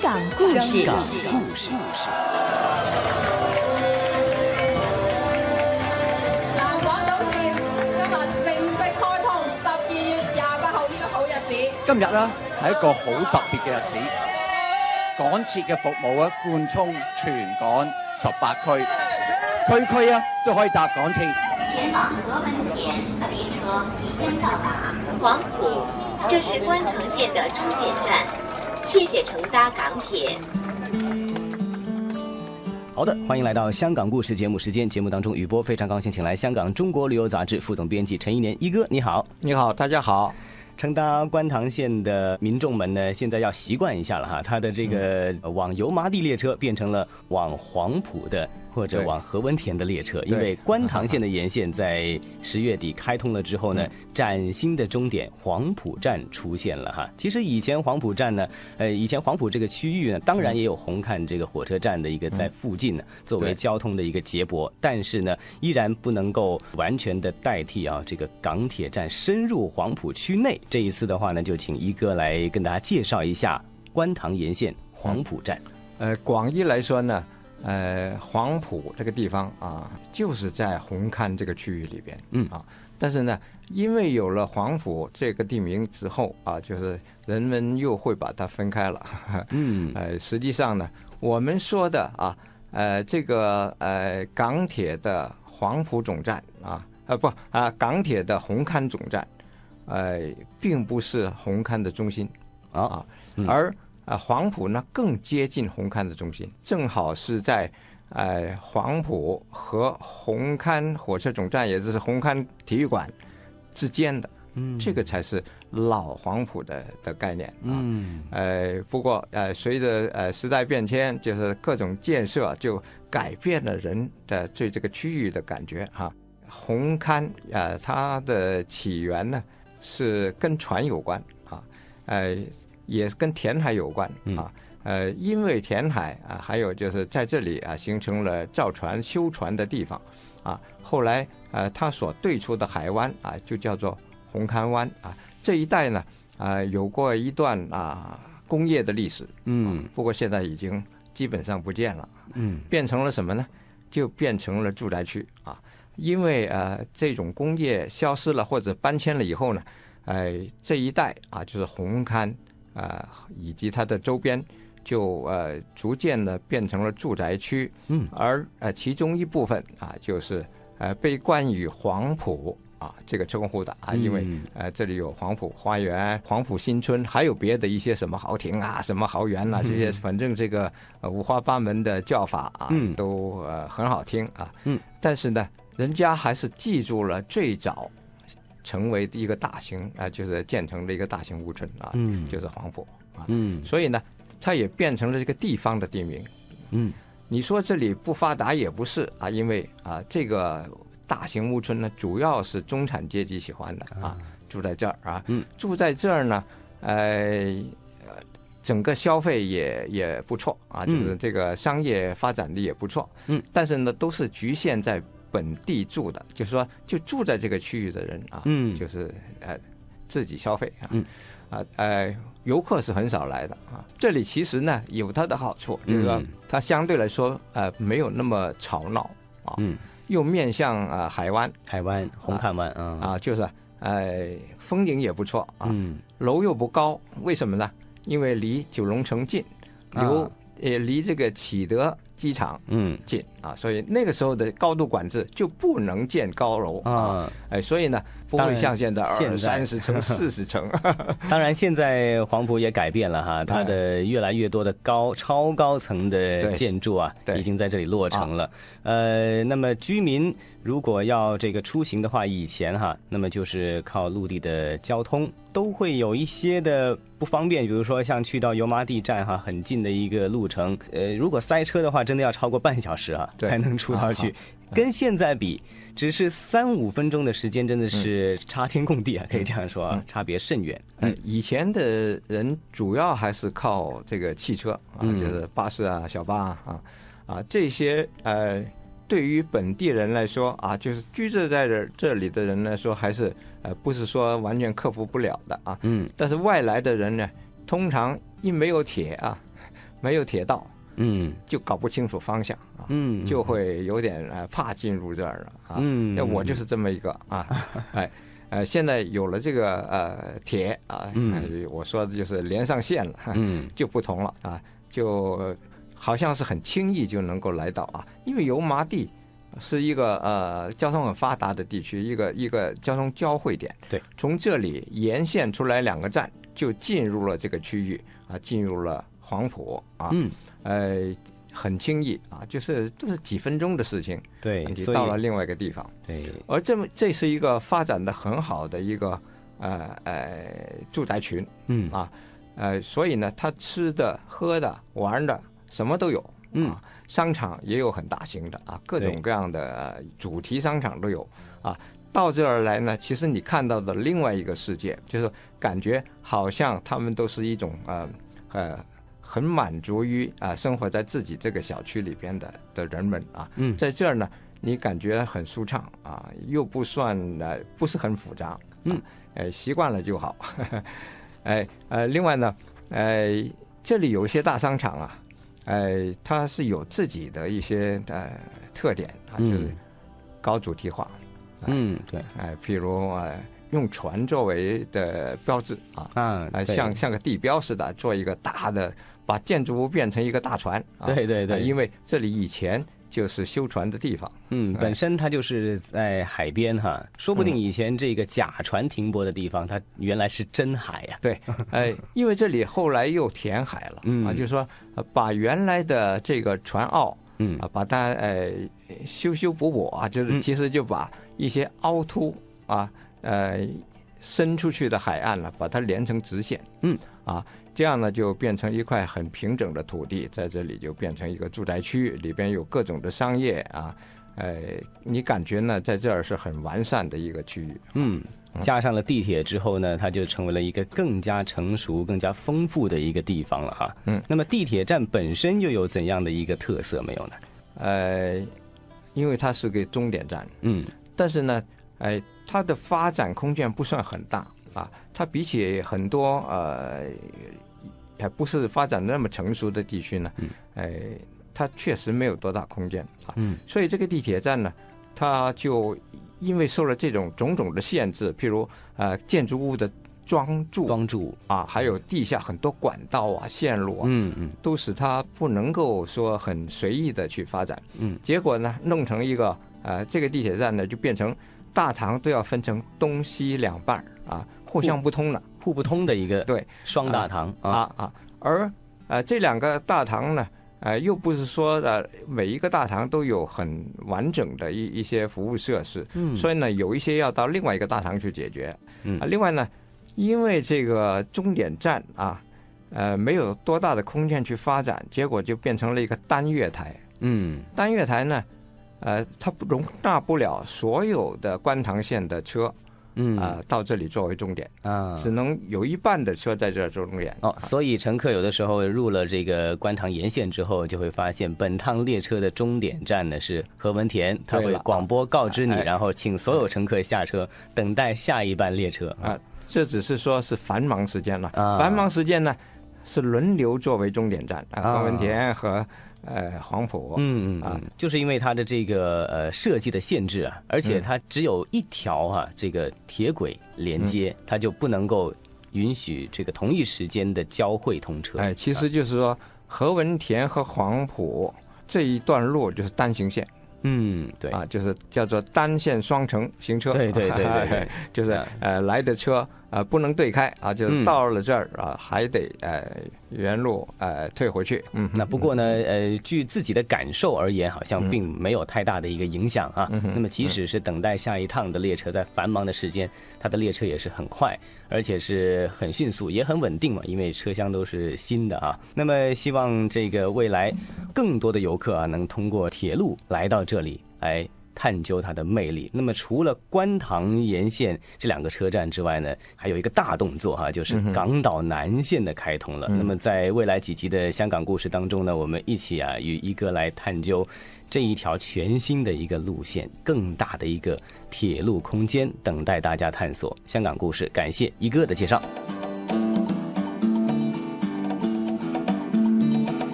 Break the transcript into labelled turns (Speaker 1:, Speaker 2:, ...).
Speaker 1: 港故事。
Speaker 2: 南港島線今日正式開通，十二月廿八號呢個好日子。
Speaker 3: 今日咧係一個好特別嘅日子，港鐵嘅服務咧貫通全港十八區，區區啊都可以搭港鐵。
Speaker 4: 前往峨门田的列车即将到达黄埔，这是观塘线的终点站。谢谢乘搭港铁。
Speaker 5: 好的，欢迎来到《香港故事》节目时间。节目当中，雨波非常高兴，请来香港《中国旅游杂志》副总编辑陈一年一哥，你好。
Speaker 6: 你好，大家好。
Speaker 5: 乘搭观塘线的民众们呢，现在要习惯一下了哈，它的这个呃往油麻地列车变成了往黄埔的或者
Speaker 6: 对
Speaker 5: 往何文田的列车，因
Speaker 6: 对
Speaker 5: 为观塘线的沿线在十月底开通了之后呢，崭新的终点黄埔站出现了哈。其实以前黄埔站呢，呃，以前黄埔这个区域呢，当然也有红磡这个火车站的一个在附近呢，作为
Speaker 6: 对
Speaker 5: 交通的一个结驳，但是呢，依然不能够完全的代替啊这个港铁站深入黄埔区内。这一次的话呢，就请一哥来跟大家介绍一下观塘沿线黄埔站。
Speaker 6: 呃，广义来说呢，呃，黄埔这个地方啊，就是在红磡这个区域里边，
Speaker 5: 嗯
Speaker 6: 啊，但是呢，因为有了黄埔这个地名之后啊，就是人们又会把它分开了。
Speaker 5: 嗯
Speaker 6: 呃，实际上呢，我们说的啊，呃，这个呃港铁的黄埔总站啊，啊不啊港铁的红磡总站，呃，并不是红磡的中心
Speaker 5: 啊嗯
Speaker 6: 而啊黄埔呢更接近红磡的中心，正好是在。呃，黄埔和红磡火车总站，也就是红磡体育馆之间的，
Speaker 5: 嗯
Speaker 6: 这个才是老黄埔的的概念啊。
Speaker 5: 嗯
Speaker 6: 呃，不过呃，随着呃时代变迁，就是各种建设就改变了人的对这个区域的感觉哈、红磡呃，它的起源呢是跟船有关啊，呃，也跟填海有关啊。呃，因为填海啊，还有就是在这里啊，形成了造船、修船的地方，啊，后来呃，它所对出的海湾啊，就叫做红磡湾啊。这一带呢，啊，有过一段啊工业的历史，
Speaker 5: 嗯
Speaker 6: 不过现在已经基本上不见了，
Speaker 5: 嗯
Speaker 6: 变成了什么呢？就变成了住宅区啊。因为呃这种工业消失了或者搬迁了以后呢，哎、这一带啊就是红磡啊、以及它的周边就呃逐渐的变成了住宅区，
Speaker 5: 嗯，
Speaker 6: 而呃其中一部分啊就是呃被冠以黄埔啊这个称呼的啊，因为、
Speaker 5: 嗯
Speaker 6: 呃，这里有黄埔花园、黄埔新村，还有别的一些什么豪庭啊、什么豪园啊，
Speaker 5: 嗯
Speaker 6: 这些反正这个、呃五花八门的叫法啊，
Speaker 5: 嗯
Speaker 6: 都呃很好听啊。
Speaker 5: 嗯，
Speaker 6: 但是呢，人家还是记住了最早成为一个大型啊、呃就是建成的一个大型屋村啊，
Speaker 5: 嗯
Speaker 6: 就是黄埔啊。
Speaker 5: 嗯
Speaker 6: 所以呢，它也变成了这个地方的地名。
Speaker 5: 嗯
Speaker 6: 你说这里不发达也不是啊，因为啊，这个大型屋村呢，主要是中产阶级喜欢的啊，住在这儿啊，
Speaker 5: 嗯
Speaker 6: 住在这儿呢，呃，整个消费也也不错啊，就
Speaker 5: 嗯
Speaker 6: 是这个商业发展的也不错，
Speaker 5: 嗯，
Speaker 6: 但是呢，都是局限在本地住的，就是说就住在这个区域的人啊，
Speaker 5: 嗯
Speaker 6: 就是呃自己消费啊，
Speaker 5: 嗯
Speaker 6: 啊呃游客是很少来的啊。这里其实呢有它的好处，就是说
Speaker 5: 嗯
Speaker 6: 它相对来说呃没有那么吵闹啊，
Speaker 5: 嗯，
Speaker 6: 又面向啊、呃海湾
Speaker 5: 海湾红磡湾啊
Speaker 6: 啊，就是呃风景也不错啊，
Speaker 5: 嗯
Speaker 6: 楼又不高，为什么呢？因为离九龙城近，
Speaker 5: 啊
Speaker 6: 留也离这个启德机场
Speaker 5: 嗯
Speaker 6: 近啊，所以那个时候的高度管制就不能建高楼啊，
Speaker 5: 啊。
Speaker 6: 哎，所以呢不
Speaker 5: 当
Speaker 6: 会
Speaker 5: 然
Speaker 6: 像现在
Speaker 5: 现
Speaker 6: 二
Speaker 5: 在
Speaker 6: 三十层、四十层，
Speaker 5: 当然，现在黄埔也改变了哈，它的越来越多的高超高层的
Speaker 6: 对
Speaker 5: 建筑啊，
Speaker 6: 对啊
Speaker 5: 已经在这里落成了。呃，那么居民如果要这个出行的话，以前哈，那么就是靠陆地的交通，都会有一些的不方便，比如说像去到油麻地站哈，很近的一个路程，呃，如果塞车的话，真的要超过半小时啊，
Speaker 6: 对啊
Speaker 5: 才能出到去。跟现在比，只是三五分钟的时间，
Speaker 6: 嗯
Speaker 5: 真的是差天共地啊，可以这样说，啊，差别甚远。
Speaker 6: 呃，以前的人主要还是靠这个汽车啊，
Speaker 5: 嗯
Speaker 6: 就是巴士啊、小巴啊啊啊这些呃，对于本地人来说啊，就是居住在这这里的人来说，还是呃不是说完全克服不了的啊。
Speaker 5: 嗯
Speaker 6: 但是外来的人呢，通常一没有铁啊，没有铁道，
Speaker 5: 嗯
Speaker 6: 就搞不清楚方向啊，
Speaker 5: 嗯
Speaker 6: 就会有点呃怕进入这儿了啊。
Speaker 5: 嗯
Speaker 6: 那我就是这么一个 啊，哎。呃，现在有了这个呃铁啊，
Speaker 5: 嗯
Speaker 6: 呃我说的就是连上线了，哈
Speaker 5: 嗯
Speaker 6: 就不同了啊，就好像是很轻易就能够来到啊，因为油麻地是一个呃交通很发达的地区，一个一个交通交汇点。
Speaker 5: 对，
Speaker 6: 从这里沿线出来两个站，就进入了这个区域啊，进入了黄埔啊，
Speaker 5: 嗯，
Speaker 6: 呃，很轻易啊，就是就是几分钟的事情，啊
Speaker 5: 对，
Speaker 6: 你
Speaker 5: 哎所以
Speaker 6: 到了另外一个地方。
Speaker 5: 对，
Speaker 6: 而这么这是一个发展的很好的一个呃呃住宅群，
Speaker 5: 嗯
Speaker 6: 啊，呃，所以呢，它吃的、喝的、玩的什么都有。
Speaker 5: 嗯
Speaker 6: 啊，商场也有很大型的啊，各
Speaker 5: 对
Speaker 6: 种各样的、呃主题商场都有啊。到这儿来呢，其实你看到的另外一个世界，就是感觉好像他们都是一种呃呃很满足于啊、生活在自己这个小区里边的的人们啊，
Speaker 5: 嗯
Speaker 6: 在这儿呢，你感觉很舒畅啊，又不算呃不是很复杂，啊
Speaker 5: 嗯，
Speaker 6: 呃习惯了就好， 哎呃另外呢，呃这里有一些大商场啊，呃它是有自己的一些呃特点啊，就是
Speaker 5: 嗯
Speaker 6: 高主题化，
Speaker 5: 嗯，对
Speaker 6: 哎、譬如呃用船作为的标志啊，
Speaker 5: 啊，
Speaker 6: 啊，
Speaker 5: 对
Speaker 6: 像像个地标似的，做一个大的，把建筑物变成一个大船。啊、
Speaker 5: 对对
Speaker 6: 啊
Speaker 5: 对，
Speaker 6: 因
Speaker 5: 为
Speaker 6: 为这里以前就是修船的地方。
Speaker 5: 嗯，
Speaker 6: 哎
Speaker 5: 本身它就是在海边哈，说不定
Speaker 6: 嗯
Speaker 5: 以前这个假船停泊的地方，它原来是真海啊呀。
Speaker 6: 对，哎，因为这里后来又填海了，
Speaker 5: 嗯
Speaker 6: 啊，就是说、呃把原来的这个船澳
Speaker 5: 嗯
Speaker 6: 啊，把它呃修修补补啊，就
Speaker 5: 嗯
Speaker 6: 是其实就把一些凹凸啊，呃伸出去的海岸了、把它连成直线，
Speaker 5: 嗯
Speaker 6: 啊，这样呢就变成一块很平整的土地，在这里就变成一个住宅区，里边有各种的商业啊，呃，你感觉呢在这儿是很完善的一个区域，
Speaker 5: 嗯，加上了地铁之后呢，它就成为了一个更加成熟、更加丰富的一个地方了哈。
Speaker 6: 嗯，
Speaker 5: 那么地铁站本身又有怎样的一个特色没有呢？
Speaker 6: 呃，因为它是个终点站。
Speaker 5: 嗯
Speaker 6: 但是呢，哎，它的发展空间不算很大啊。它比起很多呃，还不是发展得那么成熟的地区呢，哎，它确实没有多大空间啊。
Speaker 5: 嗯
Speaker 6: 所以这个地铁站呢，它就因为受了这种种种的限制，譬如呃建筑物的桩柱
Speaker 5: 光柱，
Speaker 6: 啊，还有地下很多管道啊、线路啊，
Speaker 5: 嗯嗯
Speaker 6: 都使它不能够说很随意的去发展。
Speaker 5: 嗯，
Speaker 6: 结果呢，弄成一个呃，这个地铁站呢就变成大唐都要分成东西两半儿啊，互相不通了、
Speaker 5: 互不通的一个
Speaker 6: 对
Speaker 5: 双大堂啊，
Speaker 6: 啊啊。而呃这两个大唐呢，呃又不是说呃每一个大堂都有很完整的一一些服务设施，
Speaker 5: 嗯
Speaker 6: 所以呢有一些要到另外一个大堂去解决。
Speaker 5: 嗯
Speaker 6: 啊，另外呢，因为这个终点站啊。呃，没有多大的空间去发展，结果就变成了一个单月台。
Speaker 5: 嗯
Speaker 6: 单月台呢，呃，它不容纳不了所有的观塘线的车
Speaker 5: 嗯
Speaker 6: 啊、
Speaker 5: 啊
Speaker 6: 到这里作为终点，
Speaker 5: 啊
Speaker 6: 只能有一半的车在这儿做终点。
Speaker 5: 哦，所以乘客有的时候入了这个观塘沿线之后，就会发现本趟列车的终点站呢是何文田，他
Speaker 6: 对
Speaker 5: 会
Speaker 6: 了啊
Speaker 5: 广播告知你，
Speaker 6: 哎
Speaker 5: 然后请所有乘客下车，等待下一班列车
Speaker 6: 啊这只是说是繁忙时间了，
Speaker 5: 啊
Speaker 6: 繁忙时间呢是轮流作为终点站啊，
Speaker 5: 啊
Speaker 6: 何文田和呃黄埔。
Speaker 5: 嗯嗯
Speaker 6: 啊
Speaker 5: 啊，就是因为它的这个呃设计的限制啊，而且它只有一条啊这个铁轨连接，
Speaker 6: 嗯
Speaker 5: 它就不能够允许这个同一时间的交汇通车。
Speaker 6: 哎，其实就是说何文田和黄埔这一段路就是单行线
Speaker 5: 嗯，对，
Speaker 6: 啊，就是叫做单线双程行车。
Speaker 5: 对对对对对
Speaker 6: 就是
Speaker 5: 啊
Speaker 6: 呃来的车呃不能对开啊，就
Speaker 5: 嗯
Speaker 6: 是到了这儿啊还得呃原路呃退回去。嗯哼，嗯
Speaker 5: 那不过呢，呃，据自己的感受而言，好像并没有太大的一个影响啊。那么，即使是等待下一趟的列车，在繁忙的时间，它的列车也是很快，而且是很迅速，也很稳定嘛，因为车厢都是新的啊。那么，希望这个未来更多的游客啊，能通过铁路来到这里来。探究它的魅力。那么，除了观塘沿线这两个车站之外呢，还有一个大动作哈、就是港岛南线的开通了。那么，在未来几集的香港故事当中呢，我们一起啊与一哥来探究这一条全新的一个路线，更大的一个铁路空间，等待大家探索。香港故事，感谢一哥的介绍。